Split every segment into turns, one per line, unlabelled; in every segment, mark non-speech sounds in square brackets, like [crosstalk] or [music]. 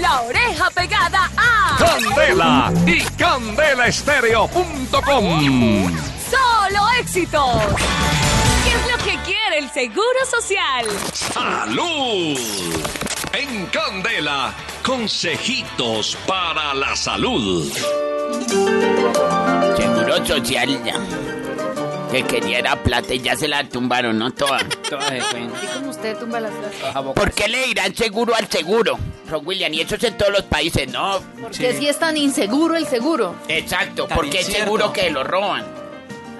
La oreja pegada a
Candela y candelaestereo.com.
Solo Éxitos. ¿Qué es lo que quiere el Seguro Social?
Salud. En Candela, consejitos para la salud.
Seguro social ya. Que quería era plata y ya se la tumbaron, ¿no? Toda.
Así como usted tumba las plazas.
¿Por qué le dirán seguro al seguro? Ron William, y eso es en todos los países, ¿no?
Porque si es tan inseguro el seguro.
Exacto,
Tan
porque es
incierto.
seguro que lo roban.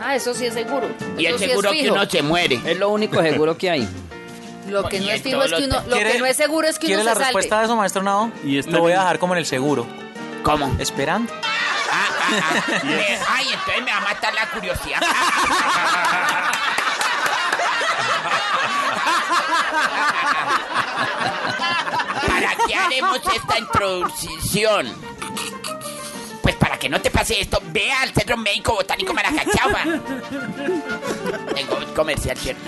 Ah, eso sí es seguro.
Y
eso
es
sí
seguro
es
que
fijo. Eh,
uno se muere.
Es lo único seguro que hay.
Lo que no es fijo
Todo
es que
lo-
uno. Lo que no es seguro es que uno
¿Quiere
se
la
salve.
respuesta de eso, maestro Nao?
Y esta
Lo voy a
es-
dejar como en el seguro.
¿Cómo?
Esperando.
Ah, ah, ah. Me- Ay, entonces me va a matar la curiosidad. ¿Para qué haremos esta introducción? Pues para que no te pase esto, ve al Centro Médico Botánico Maracachaba. Tengo un comercial, ¿cierto?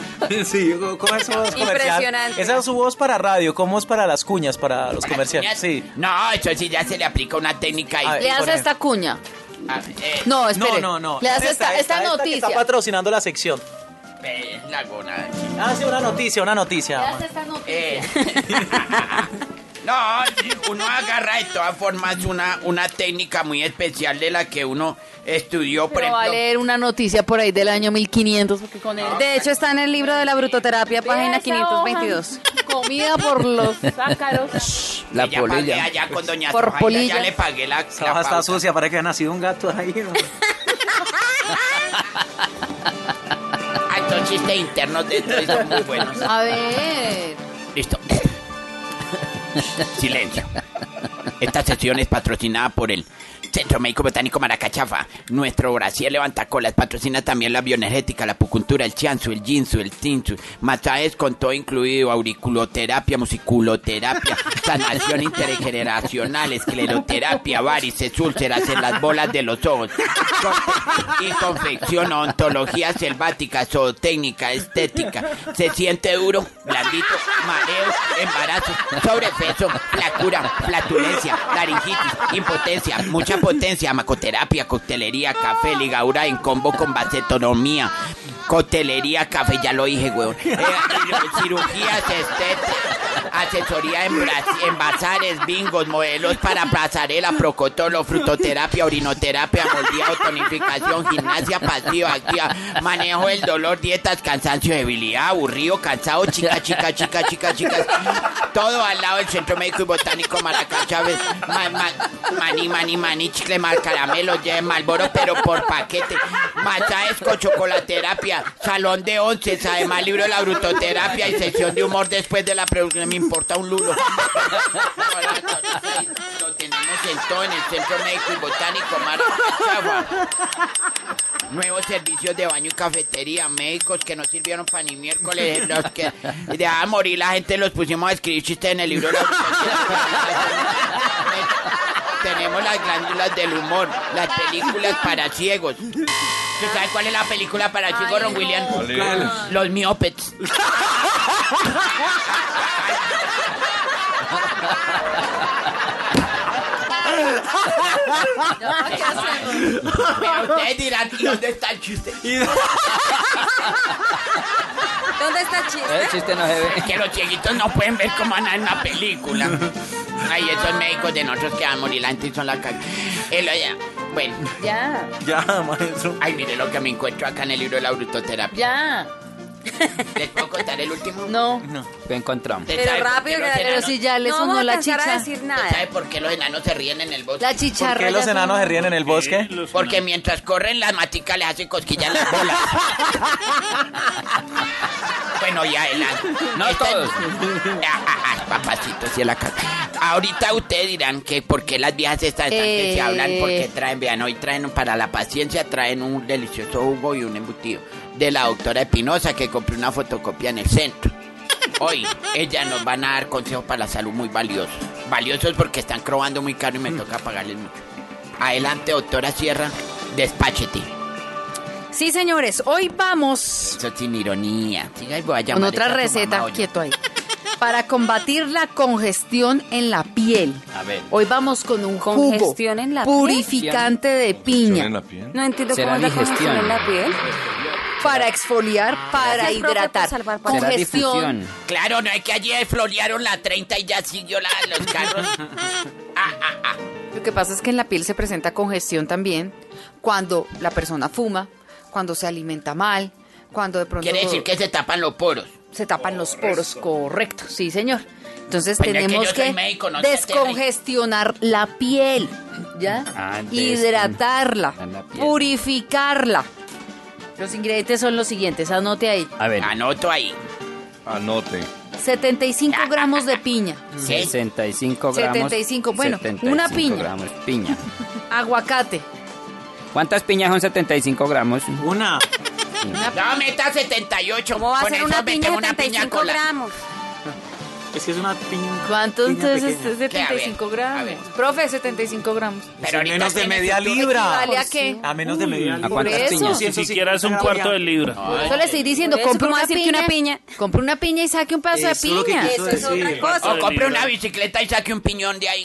Sí, ¿cómo
[laughs]
es su voz comercial?
Impresionante.
Esa es su voz para radio, ¿cómo es para las cuñas, para los comerciales? Sí.
No, eso sí ya se le aplica una técnica
A
ahí.
ver.
Le hace
Por
esta cuña.
Ah, eh,
No, espere.
No, no, no.
Le hace esta, esta,
que
noticia.
está patrocinando la sección.
eh, la gona.
Ah, sí, una noticia, una noticia.
Le hace esta noticia.
Eh. [laughs] No, uno agarra de todas formas una, una técnica muy especial de la que uno estudió, por
Pero va a
ejemplo.
leer una noticia por ahí del año 1500. Porque con él.
De hecho, está en el libro de la brutoterapia, página
Esa
522.
hoja. Comida por los ácaros.
La
Y ya pagué
polilla.
allá con doña
Por
Zoraida,
polilla.
ya le pagué la,
Esa
la
hoja está
pauta.
sucia, parece que ha nacido un gato ahí.
[laughs]
¿no?
Ah, Estos chistes internos de esto son muy buenos.
A ver.
Listo. Silencio. Esta sesión es patrocinada por el Centro Médico Botánico Maracachafa. Nuestro Brasil Levantacolas patrocina también la bioenergética, la acupuntura, el chianzu, el jinsu, el tinsu, masajes con todo incluido, auriculoterapia, musiculoterapia, sanación intergeneracional, escleroterapia, varices, úlceras en las bolas de los ojos. Corte Y confección, ontología selvática, zootécnica, estética. Se siente duro, blandito, mareos, embarazo, sobrepeso, flacura, flatulencia, laringitis, impotencia, mucha potencia, macoterapia, coctelería, café, ligadura en combo con vasectomía. Cotelería, café, ya lo dije, weón. Eh, cirugías, estéticas, asesoría en, bra- en bazares, bingos, modelos para pasarela, procotolo, frutoterapia, orinoterapia, moldeado, tonificación, gimnasia pasiva, activa, manejo del dolor, dietas, cansancio, debilidad, aburrido, cansado, chica, chica, chica, chica, chicas. Todo al lado del Centro Médico y Botánico Maracá Chávez. Ma- ma- maní, maní, maní, chicle, mal caramelo, ya malboro, pero por paquete. Masajes con chocolaterapia, salón de once, además libro de la brutoterapia y sesión de humor después de la producción. Me importa un lulo. Lo tenemos en todo en el Centro Médico y Botánico Maracachagua. Nuevos servicios de baño y cafetería, médicos que no sirvieron para ni miércoles, los que dejaban morir la gente, los pusimos a escribir chistes en el libro. de la brutoterapia. Tenemos las glándulas del humor, las películas para ciegos. ¿Tú sabes cuál es la película para ciegos, Ron William? Los miopets. Pero ustedes dirán, ¿y dónde está el chiste?
¿Dónde está el chiste?
El chiste no se ve.
que los cieguitos no pueden ver cómo andan en la película. Ay, esos médicos de nosotros que van a morir la gente son la caga. El- eh, Bueno,
Ya,
Ya, maestro.
ay, mire lo que me encuentro acá en el libro de la brutoterapia.
ya.
¿Les puedo contar el último?
No.
Lo encontramos.
¿Usted
Pero
sabe por qué
rápido,
los
que- pero eh.
Pero
enanos-
si ya le
no
sonó
vamos a
la
alcanzar
chicha.
a decir
¿Usted
nada.
¿Sabe por qué los enanos se ríen en el bosque?
La
¿Por
chicharra.
qué los
ya
enanos se
sonó.
ríen en el bosque?
Porque mientras corren las maticas les hacen cosquillas
[laughs]
las bolas. bueno, ya adelante.
No todos.
Ah, ah, ah, papacito, sí, la caca. Ahorita ustedes dirán que por qué las viejas estas están que se
Eh.
hablan, porque traen, vean, hoy traen un- para la paciencia, traen un delicioso jugo y un embutido de la doctora Espinosa que compré una fotocopia en el centro. Hoy ellas nos van a dar consejos para la salud muy valiosos. Valiosos porque están probando muy caro y me toca pagarles mucho. Adelante, doctora Sierra, despáchete.
Sí, señores, hoy vamos.
Eso sin ironía. Siga y voy a
Con
llamar
otra
a tu
receta.
mamá, oye.
Quieto ahí. para combatir la congestión en la piel.
A ver.
Hoy vamos con un jugo
¿Congestión en la piel?
purificante de
en la
piña
piel?
No entiendo cómo
Será
es la congestión
digestión.
en la piel.
para exfoliar, para
Gracias, profe, por
hidratar.
salvar para-
Será
Congestión.
difusión.
Claro, no es que allí florearon la 30 y ya siguió la, los
[laughs]
carros.
Lo que pasa es que en la piel se presenta congestión también cuando la persona fuma, cuando se alimenta mal, cuando de pronto
Quiere decir que se tapan los poros.
se tapan los poros, correcto, sí señor. Entonces
Pero es que
tenemos
yo
que,
soy médico, no sé hacer ahí.
descongestionar la piel, ¿ya?
Ah,
Hidratarla,
descon- la piel.
purificarla. Los ingredientes son los siguientes, anote ahí.
A
Ah,
ver,
Anoto ahí.
Anote.
75 gramos de piña,
¿sí?
65 gramos.
75, bueno, una piña.
gramos, piña.
aguacate,
¿Cuántas piñas son 75 gramos?
Una.
No, meta 78.
¿Cómo va a
Con
ser
eso
una piña
metemos
de
una piña
75
cola.
gramos?
Es que es una piña.
¿Cuánto
piña
entonces
pequeña.
es 75
¿Qué? A ver, a
gramos?
ver.
Profe, 75 gramos.
Pero
Es
ahorita
menos de
tiene
media
futuro.
libra.
¿Vale a qué?
Pues A menos de media
¿A
libra.
cuántas
cuántas
eso.
piñas?
piñas?
Sí,
Ni
sí, sí,
siquiera es un
gramos.
cuarto de libra.
Solo le estoy diciendo,
Por eso,
compre
¿cómo
una
decir
piña,
que una piña?
Compre una piña y saque un pedazo
Eso es
de
lo que
piña.
quiso
Eso es otra
decir.
cosa.
O compre una bicicleta y saque un
[laughs]
piñón de ahí.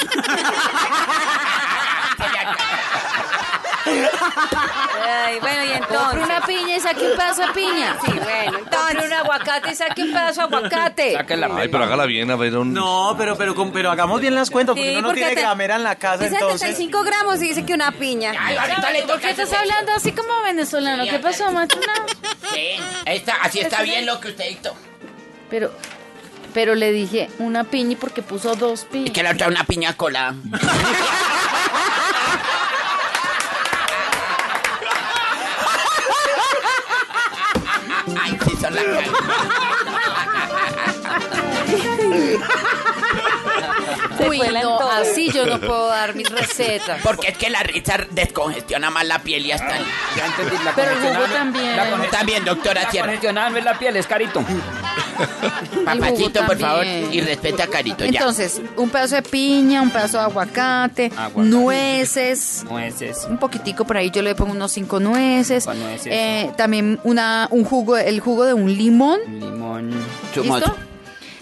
Ay, bueno, y
Compre
entonces.
una piña y saque un pedazo de piña.
Sí, bueno,
Compre
entonces.
un aguacate y saque un pedazo de aguacate.
Saque la
Ay, pero hágala bien, a ver. Un...
No, pero, pero, con- pero hagamos bien las cuentas, porque
Sí,
uno no
porque
tiene
te-
gramera en la casa,
Es
entonces.
75 gramos y dice que una piña.
Ay, ahorita le
¿Por
toca
qué estás
su-
hablando así como venezolano? ¿Qué pasó, macho? No.
Sí, está, así está bien lo que usted hizo.
Pero, pero le dije una piña y porque puso dos
Es
piñas.
que la otra es una piña
[laughs]
colada. Ay, sí, son las caras.
Uy, no, así yo no puedo dar mis recetas.
Porque es que la risa descongestiona más la piel y hasta...
Ya entendí, la
Pero el jugo
congestionada-
también.
La, conge-
También, doctora
la
Tierra.
congestionada no es la piel, es carito.
Papacito, por
también.
favor, y respeta a Carito, ya.
Entonces, un pedazo de piña, un pedazo de aguacate,
Aguacate.
nueces,
Nueces.
un poquitico por ahí yo le pongo unos cinco nueces,
Cinco nueces.
eh, también una un jugo el jugo de un limón
Limón.
Chumos.
listo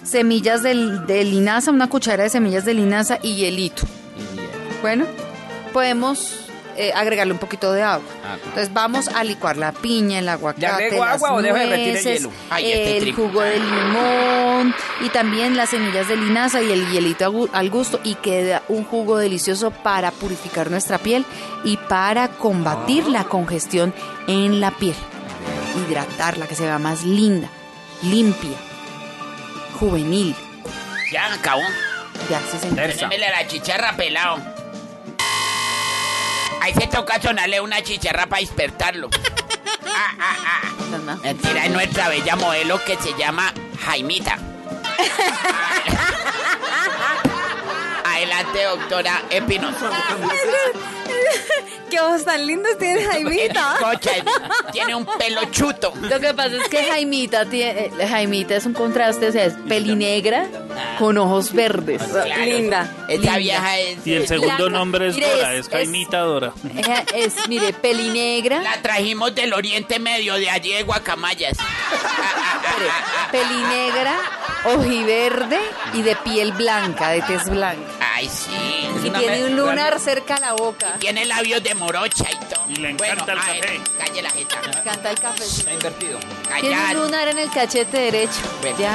semillas del- de, linaza una cuchara de semillas de linaza y hielito
y hielo.
bueno podemos eh, agregarle un poquito de agua
Agua.
entonces vamos a licuar la piña el aguacate
Ah, agrego
las
agua o dejo de retirar el
nueces,
hielo?
Ay, este
el
trigo.
jugo de limón y también las semillas de linaza y el hielito a gu- al gusto y queda un jugo delicioso para purificar nuestra piel y para combatir la congestión en la piel. Hidratarla, que se vea más linda, limpia, juvenil.
Ya, acabó.
Ya, sí, señor.
Terza.
Démele la chicharra pelado. Ahí se toca sonarle una chicharra para
[laughs]
despertarlo. Ah, ah, ah.
Mamá.
Eh,
Mentira, es nuestra bella modelo que se llama Jaimita.
[laughs]
Adelante, doctora Espinosa.
¿Qué ojos tan lindos tiene Jaimita?
Cocha, tiene un pelo chuto.
Lo que pasa es que Jaimita, tiene, eh, Jaimita es un contraste, o sea, es pelinegra con ojos verdes.
[laughs] Ah, Claro.
Linda.
Esta
Linda.
vieja es...
Y el segundo
Blanca.
nombre es
Mire,
Dora,
es-
es Jaimita Dora.
Ella Es, mire, pelinegra.
La trajimos del Oriente Medio, de allí de Guacamayas.
pelinegra, ojiverde y de piel blanca, de tez blanca.
Ay, sí.
Y tiene un lunar cerca a la boca.
Tiene labios de morocha y todo.
Y le encanta el
a él,
café.
Calle la jeta.
Canta el café.
Está invertido.
Tiene
Callad.
un lunar en el cachete derecho.
Ven.
Ya.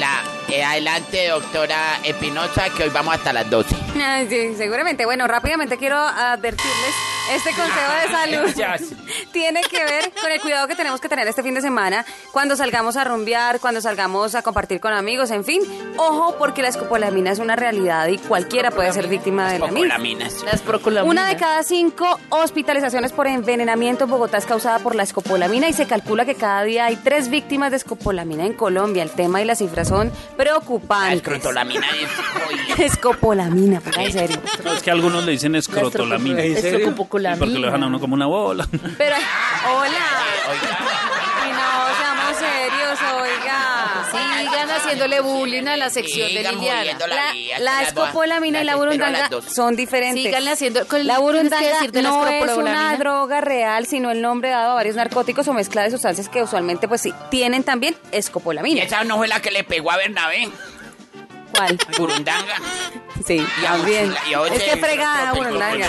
La, eh, adelante, doctora Espinosa, que hoy vamos hasta las 12.
Ay, Ah, sí, seguramente. Bueno, rápidamente quiero advertirles, este consejo de
Gracias.
salud tiene que ver con el cuidado que tenemos que tener este fin de semana cuando salgamos a rumbear, cuando salgamos a compartir con amigos, en fin. Ojo, porque la escopolamina es una realidad y cualquiera puede ser víctima de la misma.
minas.
Las procuraminas.
Una de cada cinco hospitalizaciones por envenenamiento en Bogotá es causada por la escopolamina y se calcula que cada día hay tres víctimas de escopolamina en Colombia. El tema y las cifras son
La
Ah,
preocupantes.
escrotolamina es...
Escopolamina, fuera de serio.
No, es que algunos le dicen escrotolamina.
Es
Y porque lo dejan a uno como una bola.
Pero, hola. Ay, no, seamos serios, oiga.
Sigan haciéndole bullying a la sección de
Sigan
Liliana.
jodiendo
La, la
vida, que las voy a-
escopolamina y
las
la
espero a
burundanga
las 12.
son diferentes.
Síganle haciendo- ¿cuál-
la
tienes que
burundanga
decir de la
no es
escopolamina?
una droga real, sino el nombre dado a varios narcóticos o mezcla de sustancias que usualmente pues sí tienen también
Y
escopolamina.
esa no fue la que le pegó a Bernabé. [laughs]
¿Cuál?
Burundanga.
Sí,
Y a
también.
Úrsula, y a Oche.
Es que fregada, burundanga.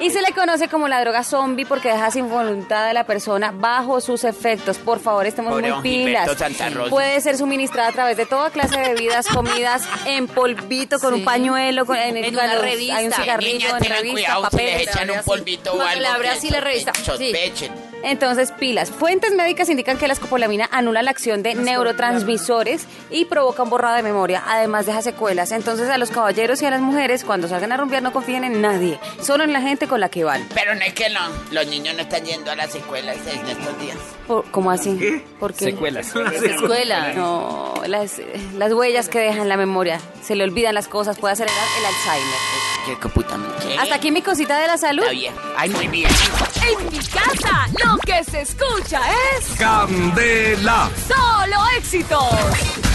Y se le conoce como la droga zombie porque deja sin voluntad a la persona bajo sus efectos. Por favor, estemos
Pobre
muy
don Gilberto
pilas.
Santa Rosa.
Puede ser suministrada a través de toda clase de bebidas, comidas, en polvito, con
Sí.
un pañuelo, con, en,
En una
cuando
revista.
Hay un cigarrillo,
Niñas,
en
tengan
revista,
cuidado si
papel.
les echan un polvito o
Cuando
algo.
le abra
que
así la revista,
sospe-
sí.
Sospechen.
Entonces, pilas. Fuentes médicas indican que la escopolamina anula la acción de neurotransmisores y provoca un borrado de memoria. Además, deja secuelas. Entonces, a los caballeros y a las mujeres, cuando salgan a rumbear, no confíen en nadie. Solo en la gente con la que van.
Pero no es que no, los niños no están yendo a las escuelas en estos días.
Por- ¿Cómo así? ¿Por qué?
Secuelas.
Escuela.
No, las, las huellas que dejan la memoria. Se le olvidan las cosas, puede acelerar el Alzheimer.
Qué puta ¿qué?
Hasta aquí mi cosita de la salud.
Está bien. Ay, muy bien.
En mi casa, lo que se escucha es
¡Candela!
solo éxitos.